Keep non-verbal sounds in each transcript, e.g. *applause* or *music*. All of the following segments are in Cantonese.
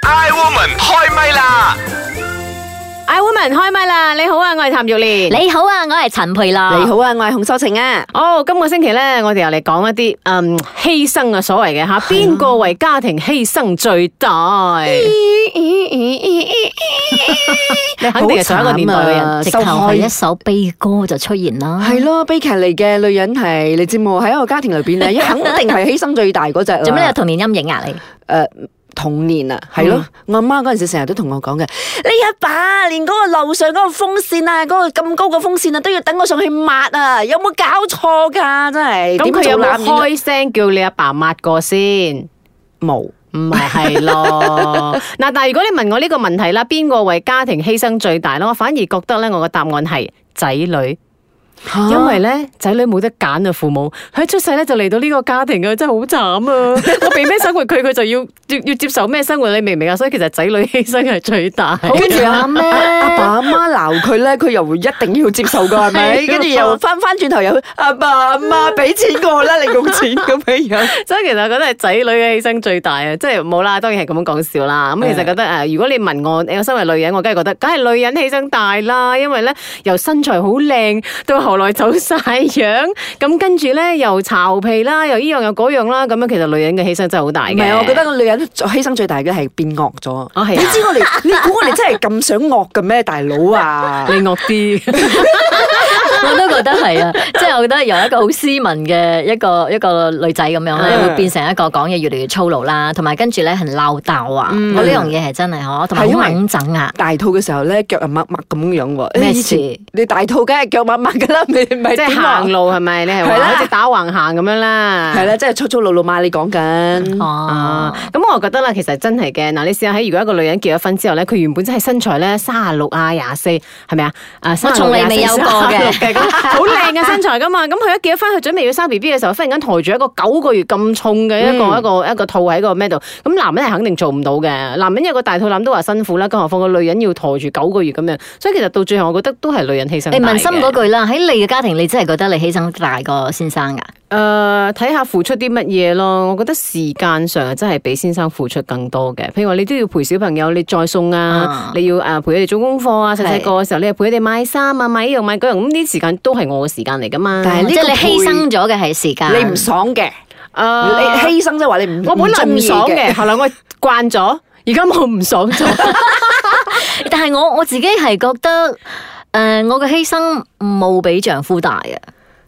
Iwoman 開唛啦！ I Woman 開唛啦！你好啊，我係譚玉蓮。你好啊，我係陳佩樂。Ờ. 你好啊，我係洪秀晴啊。哦，今個星期咧，我哋又嚟講一啲嗯犧牲啊，所謂嘅吓，邊個為家庭犧牲最大？ *laughs* 你肯定係上一個年代嘅人。直受頭係害一首悲歌就出現啦。啊係咯，悲劇嚟嘅女人係你節目喺一個家庭裏 *laughs* 邊咧，一肯定係犧牲最大嗰隻啦。做咩你有童年陰影啊？ *laughs* 你誒童年啊，係咯，我阿媽嗰陣時成日都同我講嘅，你阿爸連嗰個樓上嗰個風扇啊，嗰個咁高嘅風扇啊，都要等我上去抹啊，有冇搞錯㗎？真係咁點佢做有冇男人啊開聲叫你阿爸抹過先？冇？唔係係 *laughs* 咯，嗱，但係如果你問我呢個問題啦，邊個為家庭犧牲最大咧？我反而覺得咧，我個答案係仔女。因為咧仔女冇得揀啊，父母佢一出世咧就嚟到呢個家庭啊，真係好 *laughs* 慘啊！我俾咩生活佢，佢就要要要接受咩生活，你明唔明啊？所以其實仔女犧牲係最大。跟住阿慘咩阿爸阿媽鬧佢咧，佢又會一定要接受噶，係咪？跟住又翻翻轉頭又阿爸阿媽俾錢我啦，零用錢咁樣樣。所以其實我覺得係仔女嘅犧牲最大啊，即係冇啦，當然係咁樣講笑啦。咁其實覺得呃誒，如果你問我，我身為女人，我梗係覺得梗係女人犧牲大啦，因為咧由身材好靚到後來走晒樣，咁跟住咧又巢皮啦，又依樣又嗰樣啦，咁樣其實女人嘅犧牲真係好大嘅。唔係，我覺得個女人犧牲最大嘅係變惡咗。啊係啊你知我哋，你估我哋真係咁想惡嘅咩，大佬啊？你惡啲。我都覺得係啊，即係我覺得由一個好斯文嘅一個一個女仔咁樣咧，嗯會變成一個講嘢越嚟越粗魯啦，同埋跟住咧係鬧鬥啊！我呢樣嘢係真係嗬，同埋嗯係因好為猛整啊！大肚嘅時候咧，腳又抹抹咁樣喎。咩以前事你大肚梗係腳抹抹㗎啦，咪咪即係點啊行路係咪？你係係話啦好似打橫行咁樣啦。係啦，即係粗粗魯魯嘛，你講緊。哦啊，，咁我覺得啦，其實真係嘅。嗱，你試下喺如果一個女人結咗婚之後咧，佢原本真係身材咧三十六啊廿四，係咪啊？啊，我從嚟未有過嘅嘅，咁好靚嘅身材噶嘛。咁佢一結咗婚，佢準備要生 B B 嘅時候，忽然間抬住一個九個月咁重嘅一個、一個一個肚喺個咩度？咁男人係肯定做唔到嘅。男人有個大肚腩都話辛苦啦，更何況個女人要抬住九個月咁樣。所以其實到最後，我覺得都係女人犧牲大你嘅。問心嗰句啦，喺你嘅家庭，你真係覺得你犧牲大過先生噶？誒，呃睇下、付出啲乜嘢咯。我覺得時間上啊真係比先生付出更多嘅。譬如話，你都要陪小朋友，你再送啊，啊你要誒陪佢哋做功課啊。細細係個嘅時候，你又陪佢哋買衫啊，買呢樣買嗰樣，咁呢啲時間都係我嘅時間嚟噶嘛。但係呢即個係你犧牲咗嘅係時間。你唔爽嘅，你誒犧牲即係話你唔啊我本來唔爽中意嘅，後來我慣咗，而家我唔爽 *laughs* 咗。 *laughs* 但係我我自己係覺得，诶、我嘅犧牲冇比丈夫大嘅。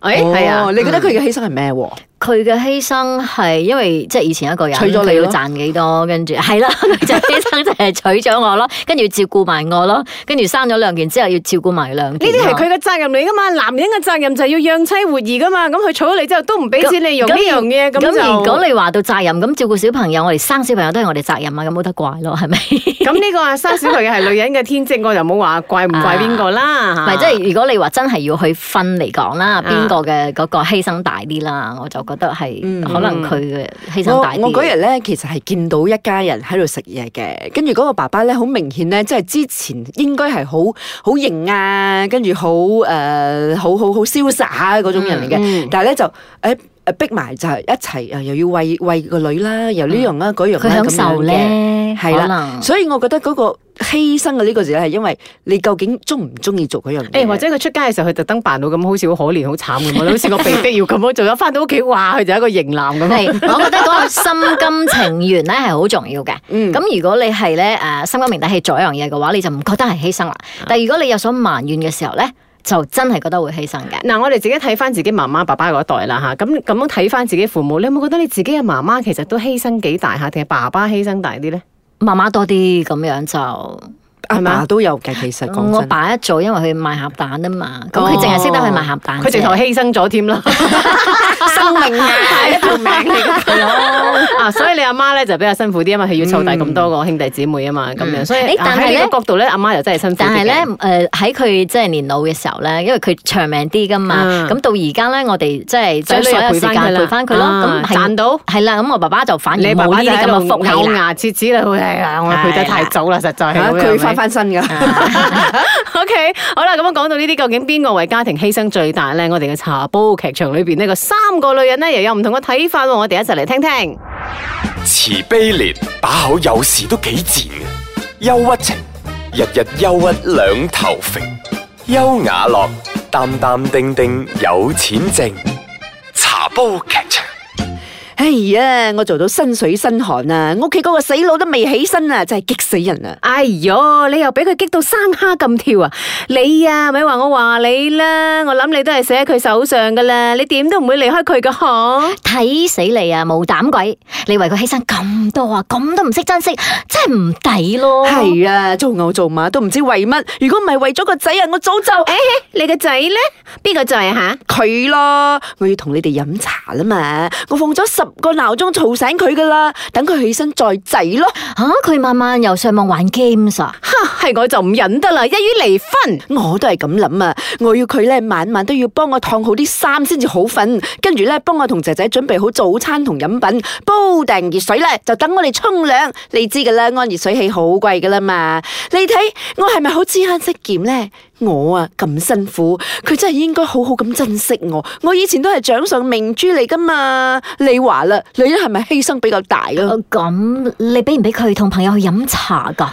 誒係啊哦，你覺得佢嘅犧牲係咩喎？佢嘅犧牲係因為即係以前一個人，娶咗你佢咯要賺幾多，跟住係啦， *laughs* 佢就犧牲就係娶咗我咯，跟住要照顧埋我咯，跟住生咗兩件之後要照顧埋兩呢件啲咯。係佢嘅責任嚟噶嘛，男人嘅責任就係要養妻活兒噶嘛。咁佢娶咗你之後都唔俾錢你用呢樣嘢，咁咁如就果你話到責任，咁照顧小朋友，我哋生小朋友都係我哋責任啊，咁冇得怪咯，係咪？ *laughs* 咁呢個啊生小朋友係女人嘅天職，我就冇話怪唔怪邊個啦。嚇啊唔係，即係如果你話真係要去分嚟講啦，啊邊個嘅嗰個犧牲大啲啦，我就覺得係可能佢嘅犧牲嗯我大啲。我嗰日咧，其實係見到一家人喺度食嘢嘅，跟住嗰個爸爸咧，好明顯咧，即係之前應該係好好型啊，跟住好誒好好好瀟灑嗰種人嚟嘅，嗯嗯但係咧就誒。誒逼埋就係一齊，呃誒又要餵餵個女啦，又呢樣嗯啦，嗰樣啦佢享受，咧，咁樣嘅係可啦，能所以我覺得嗰個犧牲嘅呢個字咧，係因為你究竟中唔中意做嗰樣嘢？誒，或者佢出街嘅時候，佢特登扮到咁，好似好可憐、好慘咁，好似個被逼要咁樣做咗，翻到屋企，哇，佢就係一個型男咁。係，我覺得嗰個心甘情願咧係好重要嘅。嗯咁如果你係咧誒心甘命抵去做一樣嘢嘅話，你就唔覺得係犧牲啦。但係如果你有所埋怨嘅時候咧，就真係覺得會犧牲嘅。嗱，我哋自己睇翻自己媽媽、爸爸嗰一代啦嚇，咁咁樣睇翻自己父母，你有冇覺得你自己嘅媽媽其實都犧牲幾大下，定係爸爸犧牲大啲咧？媽媽多啲咁樣就。阿係咪啊爸都有嘅，其實講我真。爸一早因為佢賣鹹蛋啊嘛，咁哦佢淨係識得去賣鹹蛋啫。佢直頭犧牲咗添啦，生 *laughs* 命啊， *laughs* 一條命嚟㗎 *laughs* 啊，所以你阿媽咧就比較辛苦啲啊嘛，佢要湊大咁多個兄弟姊妹啊嘛，咁樣，所以誒但係喺呢呢個角度咧，阿媽又真係辛苦啲嘅。但係咧，誒呃喺佢即係年老嘅時候咧，因為佢長命啲噶嘛嗯，咁到而家咧，我哋即仔係將女所又有陪時返間佢啦陪翻佢咯。啊咁係賺到係啦，咁我爸爸就反而你爸冇爸呢就啲喺咁度嘅福利咬啦。牙切齒啦，佢係啊，我去得太早啦，實在係嚇咁樣啊佢係咪 *laughs* 翻翻身㗎， O、k 好啦，咁啊講到呢啲，究竟邊個為家庭犧牲最大咧？我哋嘅茶煲劇場裏邊呢個三個女人咧，又有唔同嘅睇法喎，我哋一齊嚟聽聽。慈悲莲把口有時都幾賤嘅，忧郁情，日日忧郁两头肥。优雅乐，淡淡定定有钱剩。茶煲剧场，哎呀，我做到身水身汗啊！屋企嗰個死佬都未起身啊，真係激死人啊！哎哟，你又俾佢激到生蝦咁跳啊！你啊，咪話我話你啦，我諗你都係寫喺佢手上噶啦，你點都唔會離開佢噶嗬。 *laughs* 睇死你啊，冇膽鬼！你為佢犧牲咁多啊，咁都唔識珍惜，真係唔抵咯。係啊，做牛做馬都唔知為乜。如果唔係為咗個仔啊，我早就诶、你個仔咧？邊個仔 *laughs* 啊佢咯。我要同你哋飲茶啦嘛，我放咗十個鬧鐘嘈醒佢噶啦，等佢起身再制咯。吓，佢晚晚又上網玩 games 啊，吓？吓，係我就唔忍得啦，一於離婚。我都係咁諗啊！我要佢咧晚晚都要幫我燙好啲衫先至好瞓，跟住咧幫我同仔仔準備好早餐同飲品，煲定熱水咧就等我哋沖涼。你知噶啦，安熱水器好貴噶啦嘛。你睇我係咪好知慳識儉咧？我啊咁辛苦，佢真係應該好好咁珍惜我。我以前都係掌上明珠嚟噶嘛。你話啦，你係咪犧牲比較大啊？呃咁你俾唔俾佢同朋友去飲茶㗎？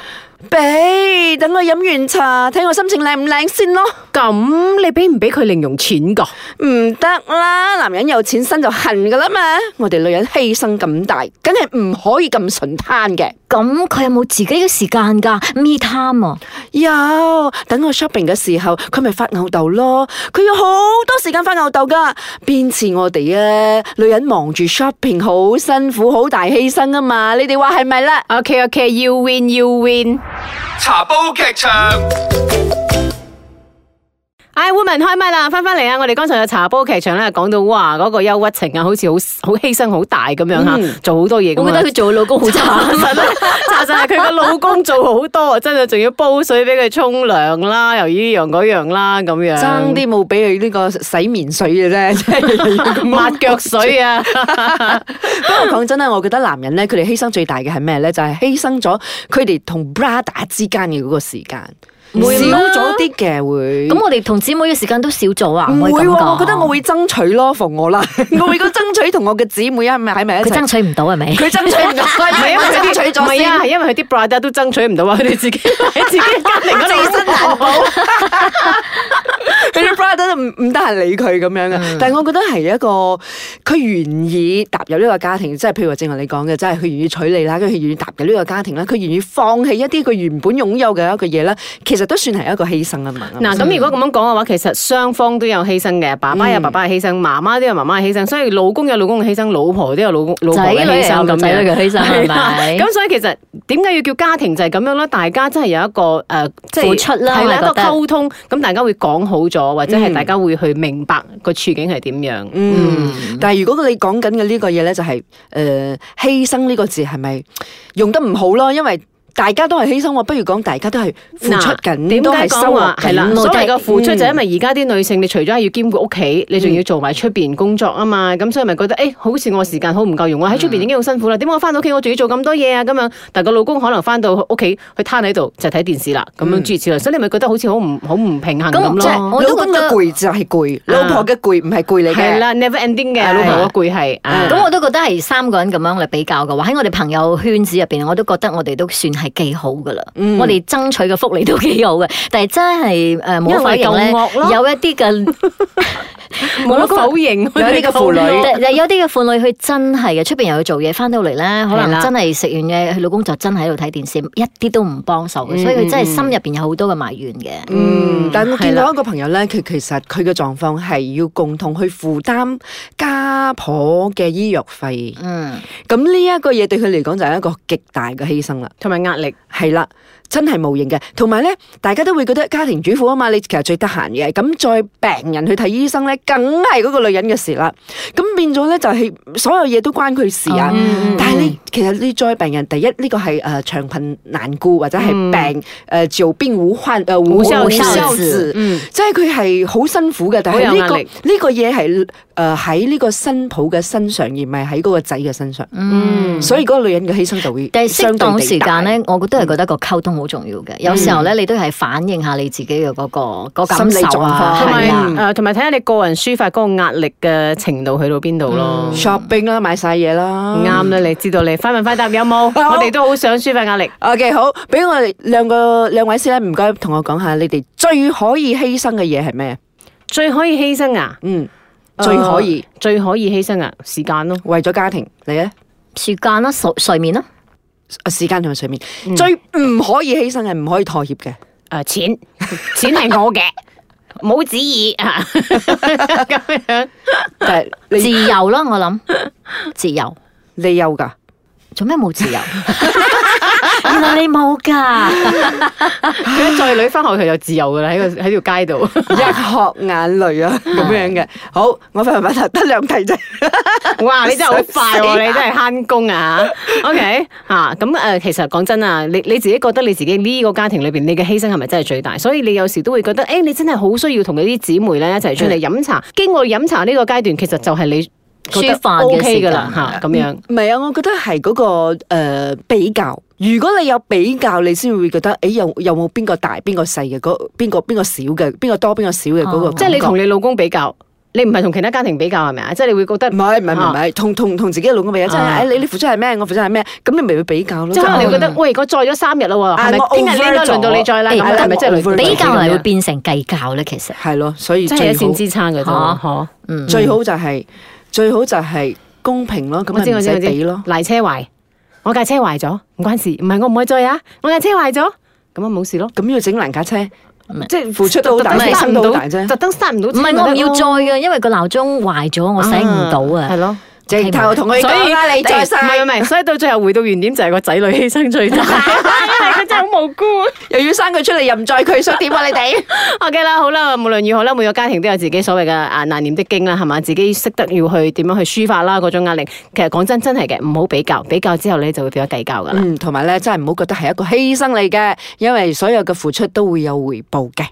俾等我飲完茶，睇我心情靚唔靚先咯。咁你俾唔俾佢零用錢噶？唔得啦，男人有錢身就痕噶啦嘛，我哋女人犧牲咁大，梗係唔可以咁純攤嘅。咁佢有冇自己嘅時間㗎？Me time 啊，有等我 shopping 嘅時候，佢咪發吽豆咯，佢有好多時間發吽豆噶，邊似我哋啊？女人忙住 shopping 好辛苦，好大犧牲啊嘛，你哋話係咪啦？ OK OK，you win you win。茶煲剧场。哎，woman 開麥啦，翻返嚟啊！我哋剛才嘅茶煲劇場咧，講到哇，嗰、個憂鬱情啊，好似好好犧牲好大咁樣嗯吓，做好多嘢咁啊。做老公好查實咧， *laughs* 查實係佢個老公做好多啊，真係仲要煲水俾佢沖涼啦，又呢樣嗰樣啦咁樣。爭啲冇俾佢呢個洗面水嘅啫，真係 *laughs* 抹腳水 *laughs* 啊！不過講真啦，啊我覺得男人咧，佢哋犧牲最大嘅係咩咧？就係、犧牲咗佢哋同 brother 之間嘅嗰個時間，會少嗎咗啲嘅會。 *laughs* 咁我哋同姊妹嘅時間都少咗啊，唔可以會咁喎，講我覺得我會爭取咯，服我 *laughs* 啦，我會個爭取同我嘅姊妹一咪喺埋一佢齊。爭取唔到係咪？佢爭取 *laughs* 唔到，唔唔係因為佢爭取啲唔咗係先啊，係。因為佢啲 brother 都爭取唔到啊，佢哋自己喺 *laughs* 自己嘅家庭嗰度自身啊難 *laughs* 保，佢啲 brother 都唔唔得閒理佢咁樣嗯嘅。但係我覺得係一個佢願意踏入呢個家庭，即係譬如話正話你講嘅，即係佢願意娶你啦，跟住佢願意踏入呢個家庭啦，佢願意放棄一啲佢原本擁有嘅一個嘢啦，其實都算係一個犧牲啊嘛。嗱，嗯咁如果咁樣講嘅話，其實雙方都有犧牲嘅，爸嗯爸有爸爸嘅犧牲，媽媽都有媽媽嘅犧牲，所以老公有老公嘅犧牲，老婆都有老公老婆仔嘅女犧牲有咁仔樣女嘅犧牲係係啦咪？ *laughs* 咁所以其實點解要叫家庭就係咁樣啦？大家真係有一個誒，呃即係付出啦係啦，一個我覺得溝通，咁大家會講好咗，或者係嗯大家會去明白個處境係點樣。嗯，但係如果你講緊嘅呢個嘢咧，就係、誒、呃犧牲呢個字係咪用得唔好咯？因為大家都係犧牲喎，不如講大家都係付出緊，嗱點都解係講收穫話緊係啦？咯所謂嘅付出嗯就因為而家啲女性，你除咗係要兼顧屋企，你仲要做埋出邊工作啊嗯嘛，咁所以咪覺得誒，好似我時間好唔夠用，我喺出邊已經好辛苦啦，點解我翻到屋企我仲要做咁多嘢啊？咁樣，但個老公可能翻到屋企佢攤喺度就睇電視啦，咁嗯樣諸如此類，所以你咪覺得好似好唔好唔平衡咁咁即係咯。我老都公覺嘅得攰就係攰，老婆嘅攰唔係攰嚟係嘅。啦，never ending 嘅係嗯老婆嘅攰係。啊咁我都覺得係三個人咁樣嚟比較嘅話，喺我哋朋友圈子入邊，我都覺得我哋都算係幾好噶啦。嗯我哋爭取嘅福利都幾好嘅，但係真係誒因為冇否認夠咧，惡咯有一啲嘅冇得否認，有呢個婦女啊但有啲嘅婦女佢真係嘅，出邊又要做嘢，翻到嚟咧可係啦能真係食完嘢，佢老公就真係喺度睇電視，一啲都唔幫手嘅，所以佢真係心入邊有好多嘅埋怨嘅。嗯，但我見係到啦一個朋友咧，佢其實佢嘅狀況係要共同去負擔家婆嘅醫藥費，嗯，咁呢一個嘢對佢嚟講就係一個極大嘅犧牲啦。同埋壓力。係啦，真係無形嘅。同埋咧，大家都會覺得家庭主婦啊嘛，你其實最得閒嘅。咁再病人去睇醫生咧，梗係嗰個女人嘅事啦。咁變咗咧就係所有嘢都關佢事啊。嗯但係你其實你再病人，第一呢、個係誒、呃、長貧難顧或者係病誒、呃、久病無患誒無嗯無孝無子孝子，嗯即係佢係好辛苦嘅。但好係有呢、壓個力呢個嘢係誒喺呢個新抱嘅身上，而唔係喺嗰個仔嘅身上。嗯。所以嗰個女人嘅犧牲就會但係相適對當地時大間咧，我都係覺得個溝通好重要嘅。有時候咧，你都係反映下你自己嘅嗰個嗰感心理受啊，狀況同係啦。埋誒，同埋睇下你個人抒發嗰個壓力嘅程度去到邊度咯。 shopping 啦，買晒嘢啦，啱啦，你知道你快問快答有冇？好我哋嗯都好想抒發壓力。 OK，好，俾我哋兩個兩位先咧，唔該，同我講下你哋最可以犧牲嘅嘢係咩？最可以犧牲啊，嗯，最可以、呃最可以犧牲啊，時間咯。為咗家庭，啊你咧？時間啦，睡睡眠啦，啊時間同埋睡眠，最唔可以犧牲係唔可以妥協嘅。誒呃錢，錢係 *laughs* 我嘅，冇旨意啊，咁樣。但係自你由啦，我諗自由。你有 *laughs* 㗎，做咩冇自由？原來你冇㗎，佢一再女翻學佢就自由噶啦，喺個喺條街度。一殼眼淚 *laughs* 啊咁樣嘅。好，我份問題得兩題啫。 *laughs* 哇！你真係好快喎、你真係慳工啊！OK 啊，咁誒、呃其實講真啊，你你自己覺得你自己呢個家庭裏邊，你嘅犧牲係咪真係最大？所以你有時都會覺得，誒、你真係好需要同你啲姊妹咧一齊出嚟飲茶。經過飲茶呢個階段，其實就係你覺舒發 O 嘅 K 時噶間啦嚇，咁樣。 *laughs* 唔係啊，我覺得係嗰、個呃比較。如果你有比較，你先會覺得，誒、有有冇邊個大邊個細嘅，嗰邊個邊個少嘅，邊個多邊個少嘅嗰個哦感覺。即係你同你老公比較，你唔係同其他家庭比較係咪啊？即係你會覺得唔係唔係唔係，同同同自己老公比較，即啊係哎誒你你付出係咩，我付出係咩，咁你咪會比較咯。即係可能你會覺係得，喂，我載咗三日啦喎，係啊咪我聽日應該輪到你載啦？ over 咁咗樣係咪真係類似哎比較咁係樣會變成計較咧。其實，係咯，所以真係最一好線之差嘅啫嚇喎，嗬嗯，最好就係最好就係公平咯，咁我知咪我唔知使我知比咯。賴車壞，我架車壞咗，唔關事，唔係我唔可以載啊，我架車壞咗，咁啊冇事咯，咁要整爛架車，即係付出都好大特登犧牲都好大啫 start 唔到特登 start 唔到唔車咪係得我咯，唔要再嘅，因為個鬧鐘壞咗，我使唔到啊係。咯，直頭同佢所講啦，以你再晒唔係唔係，所以到最後回到原點就係個仔女犧牲 *laughs* 最大，因 *laughs* 為佢真啊係好無辜。又要生佢出嚟，又唔載佢，想點啊你 *laughs* 哋？ OK 啦，好啦，無論如何啦，每個家庭都有自己所謂嘅啊難念的經啦，係嘛，自己識得要去點樣去抒發啦，嗰種壓力。其實講真真係嘅，唔好比較，比較之後你就會變咗計較噶啦。嗯，同埋咧，真係唔好覺得係一個犧牲嚟嘅，因為所有嘅付出都會有回報嘅。